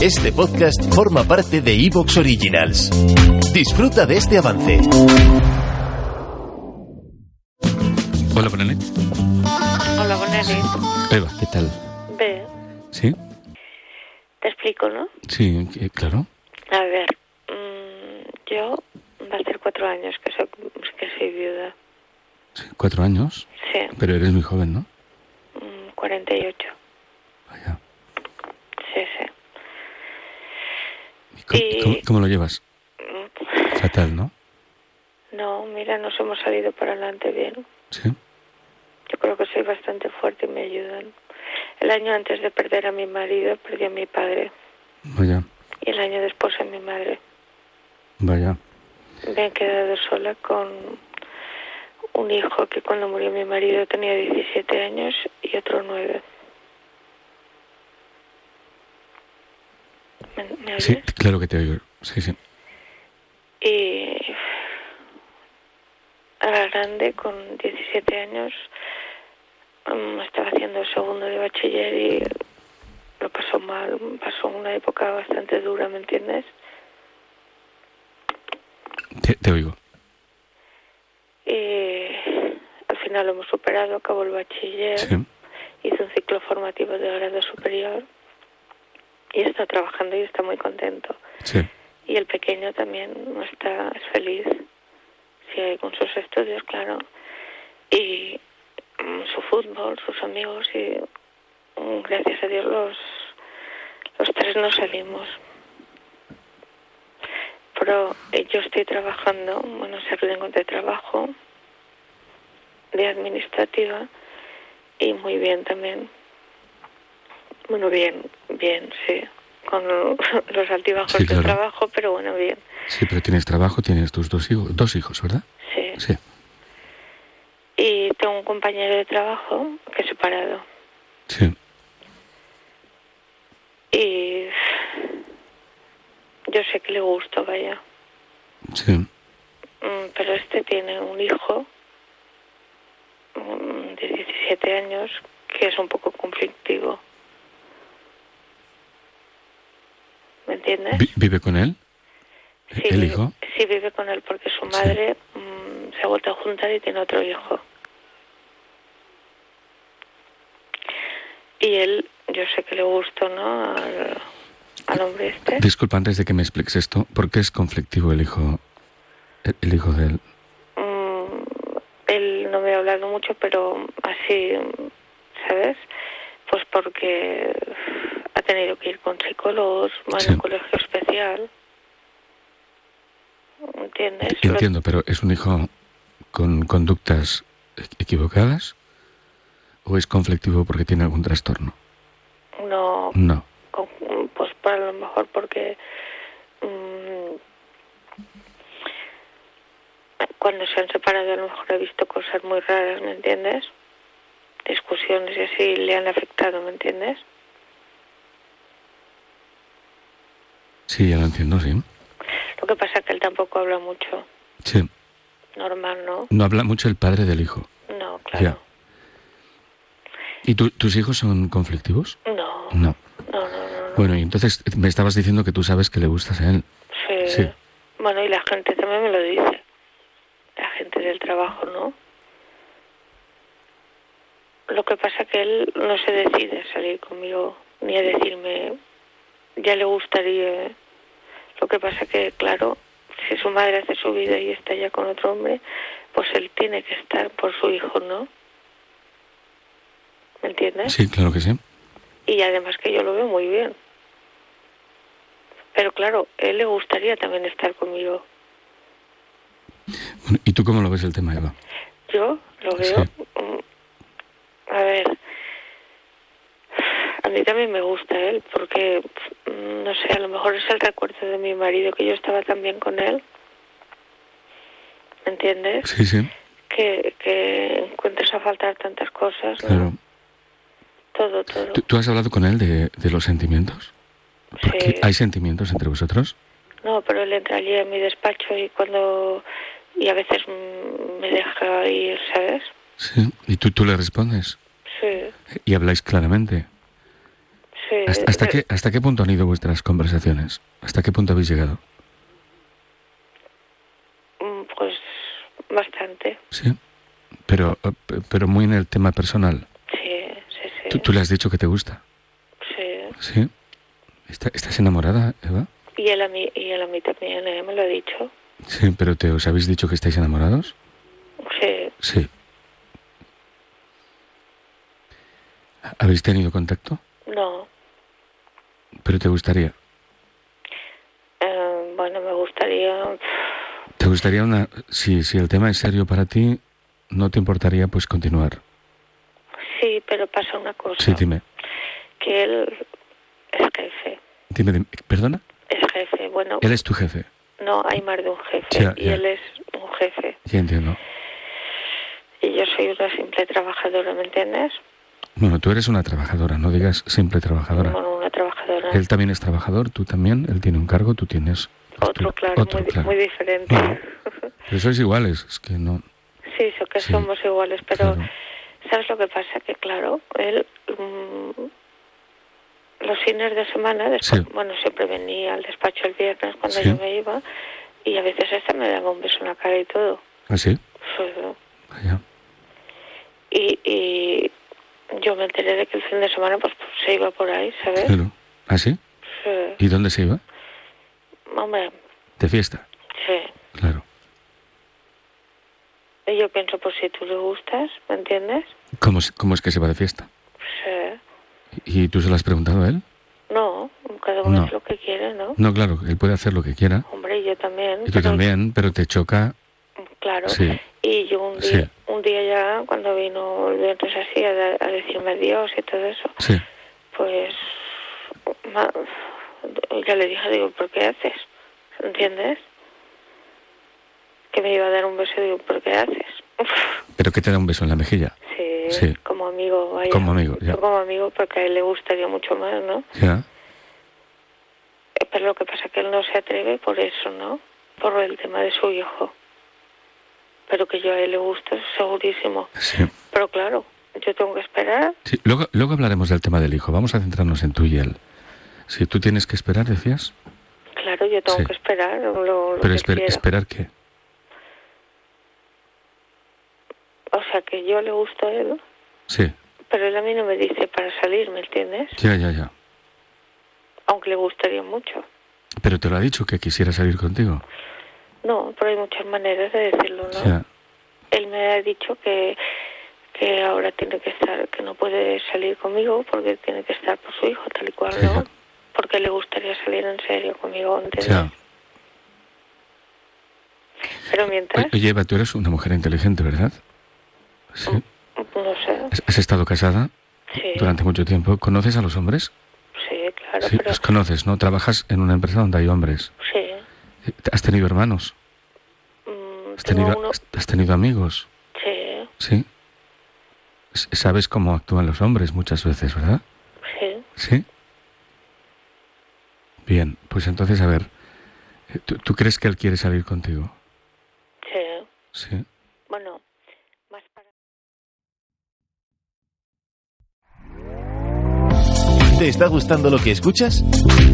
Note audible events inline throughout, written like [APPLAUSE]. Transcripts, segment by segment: Este podcast forma parte de Evox Originals. Disfruta de este avance. Hola, Brenet. Hola, Bonelli. Eva, ¿qué tal? Ve, ¿Sí? te explico, ¿no? Sí, eh, claro. A ver, mm, yo va a ser cuatro años que soy, que soy viuda. Sí, cuatro años. Sí, Pero eres muy joven, ¿no? mm, 48. Vaya. Sí, sí. ¿Y cómo, Y- cómo- cómo lo llevas? Mm, Fatal, ¿no? No, mira, nos hemos salido para adelante bien. Sí. Yo creo que soy bastante fuerte y me ayudan. El año antes de perder a mi marido, perdí a mi padre. Vaya, Y el año después a mi madre. vaya. Me he quedado sola con un hijo que cuando murió mi marido tenía 17 años y otro 9. ¿Me, me oyes? Sí, claro que te oigo. Sí, sí. Y a la grande, con 17 años, mm, estaba haciendo segundo de bachiller y lo pasó mal. Pasó una época bastante dura, ¿me entiendes? Te, te oigo. Y al final lo hemos superado, acabó el bachiller. Sí. hizo un ciclo formativo de grado superior y está trabajando y está muy contento. Sí. Y el pequeño también está es feliz, sigue con sus estudios, claro, y mm, su fútbol, sus amigos y mm, gracias a Dios los, los tres nos salimos. Pero eh, yo estoy trabajando, bueno, sé que encontré trabajo de administrativa y muy bien también. Bueno, bien, bien, sí. Con [LAUGHS] los altibajos Sí, claro. del trabajo, pero bueno, bien. Sí, pero tienes trabajo, tienes tus dos hijos, dos hijos, ¿verdad? Sí. Sí. Y tengo un compañero de trabajo que es separado. Sí. Y yo sé que le gusta, vaya. Sí. Mm, Pero este tiene un hijo mm, de 17 años que es un poco conflictivo. ¿Me entiendes? Vi- ¿Vive con él? Sí, ¿El vive- hijo? Sí, vive con él porque su Sí. madre mm, se ha vuelto a juntar y tiene otro hijo. Y él, yo sé que le gustó, ¿no? Al, al hombre este. Disculpa, antes de que me expliques esto, ¿por qué es conflictivo el hijo, el, el hijo de él? Mm, él no me ha hablado mucho, pero así, ¿sabes? Pues porque ha tenido que ir con psicólogos, va a Sí. un colegio especial. ¿Entiendes? Lo- Entiendo, pero ¿es un hijo con conductas equ- equivocadas? ¿O es conflictivo porque tiene algún trastorno? No, No. con- pues para lo mejor porque mm, cuando se han separado a lo mejor he visto cosas muy raras, ¿me entiendes? Discusiones y así le han afectado, ¿me entiendes? Sí, ya lo entiendo, sí. Lo que pasa es que él tampoco habla mucho, Sí. normal, ¿no? No habla mucho el padre del hijo. No, claro. ¿Y tú- tus hijos son conflictivos? No, no, No. no, no. no. Bueno, y entonces me estabas diciendo que tú sabes que le gustas a él. Sí. sí. Bueno, y la gente también me lo dice. La gente del trabajo, ¿no? Lo que pasa que él no se decide a salir conmigo ni a decirme, ya le gustaría. Lo que pasa que, claro, si su madre hace su vida y está ya con otro hombre, pues él tiene que estar por su hijo, ¿no? ¿Me entiendes? Sí, claro que sí. Y además que yo lo veo muy bien. Pero claro, él le gustaría también estar conmigo. Bueno, ¿Y tú cómo lo ves el tema, Eva? Yo lo veo. Sí. mm, A ver. A mí también me gusta él, porque, mm, no sé, a lo mejor es el recuerdo de mi marido, que yo estaba también con él. ¿Me entiendes? Sí, sí, Que, que encuentres a faltar tantas cosas, ¿no? claro. Todo, todo. ¿Tú, tú has hablado con él de, de los sentimientos? Porque Sí. ¿Hay sentimientos entre vosotros? No, pero él entra allí a mi despacho y cuando... Y a veces mm, me deja ir, ¿sabes? Sí. ¿Y tú, tú le respondes? Sí, ¿Y habláis claramente? sí. ¿Hasta, hasta Eh, qué, ¿Hasta qué punto han ido vuestras conversaciones? ¿Hasta qué punto habéis llegado? mm, Pues bastante. Sí. Pero, eh, pe- pero muy en el tema personal. Sí, sí, sí. Tú, tú le has dicho que te gusta. sí. Sí. ¿Está- ¿Estás enamorada, Eva? Y él a mí, y él a mí también, ¿eh? Me lo ha dicho. Sí, pero te, ¿os habéis dicho que estáis enamorados? Sí, Sí. ¿Habéis tenido contacto? no. Pero te gustaría. Eh, bueno, me gustaría... ¿Te gustaría una... Sí, si el tema es serio para ti, no te importaría pues continuar. Sí, pero pasa una cosa. Sí, dime. Que él es jefe. Dime, dime. ¿Perdona? Es jefe. Bueno, Él es tu jefe. no hay más de un jefe. Ya, y ya. él es un jefe. Ya entiendo. Y yo soy una simple trabajadora, ¿me entiendes? Bueno, tú eres una trabajadora, no digas simple trabajadora. Bueno, una trabajadora. Él también es trabajador, tú también, él tiene un cargo, tú tienes... Otro, claro, Otro, muy, di- claro. muy diferente. Bueno. Pero sois iguales, es que no... [LAUGHS] sí, so que Sí. somos iguales, pero Claro. ¿sabes lo que pasa? Que claro, él mm, los fines de semana, después, Sí. bueno, siempre venía al despacho el viernes cuando Sí. yo me iba y a veces hasta me daba un beso en la cara y todo. ¿Así? So- Ya. Y, y yo me enteré de que el fin de semana pues, pues, se iba por ahí, ¿sabes? Claro. ¿Así? Sí. ¿Ah, ¿Y dónde se iba? Hombre, De fiesta. sí. Claro. Y yo pienso, pues si tú le gustas, ¿me entiendes? Pues, ¿Cómo, es- cómo es que se va de fiesta? Sí. ¿Y tú se lo has preguntado a él? No, cada uno No. es lo que quiere, ¿no? No, claro, él puede hacer lo que quiera. Hombre, yo también. Y tú pero- también, pero te choca. Claro. Sí. Y yo un Sí. día, un día ya, cuando vino el viernes así a, da- a decirme adiós y todo eso, Sí. pues ma- ya le dije, digo, ¿por qué haces? ¿Entiendes? Que me iba a dar un beso, digo, ¿por qué haces? [LAUGHS] Pero que te da un beso en la mejilla. Sí, Sí. como amigo, vaya. Como amigo, ya. Como amigo, porque a él le gustaría mucho más, ¿no? Ya. Eh, Pero lo que pasa es que él no se atreve por eso, ¿no? Por el tema de su hijo. Pero que yo a él le gusto, segurísimo. Sí. Pero claro, yo tengo que esperar. Sí, Luego, luego hablaremos del tema del hijo. Vamos a centrarnos en tú y él. Si tú tienes que esperar, decías. Claro, yo tengo Sí. que esperar lo, lo Pero que esper- quiera. esperar qué. O sea, que yo le gusto a él, Sí. pero él a mí no me dice para salir, ¿me entiendes? Ya, ya, ya. Aunque le gustaría mucho. Pero te lo ha dicho que quisiera salir contigo. No, pero hay muchas maneras de decirlo, ¿no? Ya. Él me ha dicho que, que ahora tiene que estar, que no puede salir conmigo porque tiene que estar por su hijo, tal y cual, Sí, ¿no? ya. Porque le gustaría salir en serio conmigo antes. Ya. Pero mientras, O- Oye, Eva, tú eres una mujer inteligente, ¿verdad? Sí. no sé. ¿Has- ¿Has estado casada Mm. Sí, durante mucho tiempo? ¿Conoces a los hombres? sí, claro, Sí, pero los conoces, ¿no? Trabajas en una empresa donde hay hombres. Eh, sí. ¿Has tenido hermanos? Mm, ¿Has tengo tenido, uno, has- has tenido amigos? sí, Sí. S- Sabes cómo actúan los hombres muchas veces, ¿verdad? sí, Sí. Bien, pues entonces, a ver, eh, ¿tú, tú crees que él quiere salir contigo? sí. Sí. Bueno, más para... ¿Te está gustando lo que escuchas?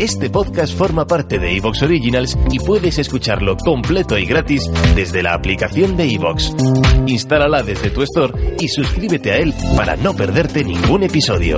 Este podcast forma parte de Evox Originals y puedes escucharlo completo y gratis desde la aplicación de Evox. Instálala desde tu store y suscríbete a él para no perderte ningún episodio.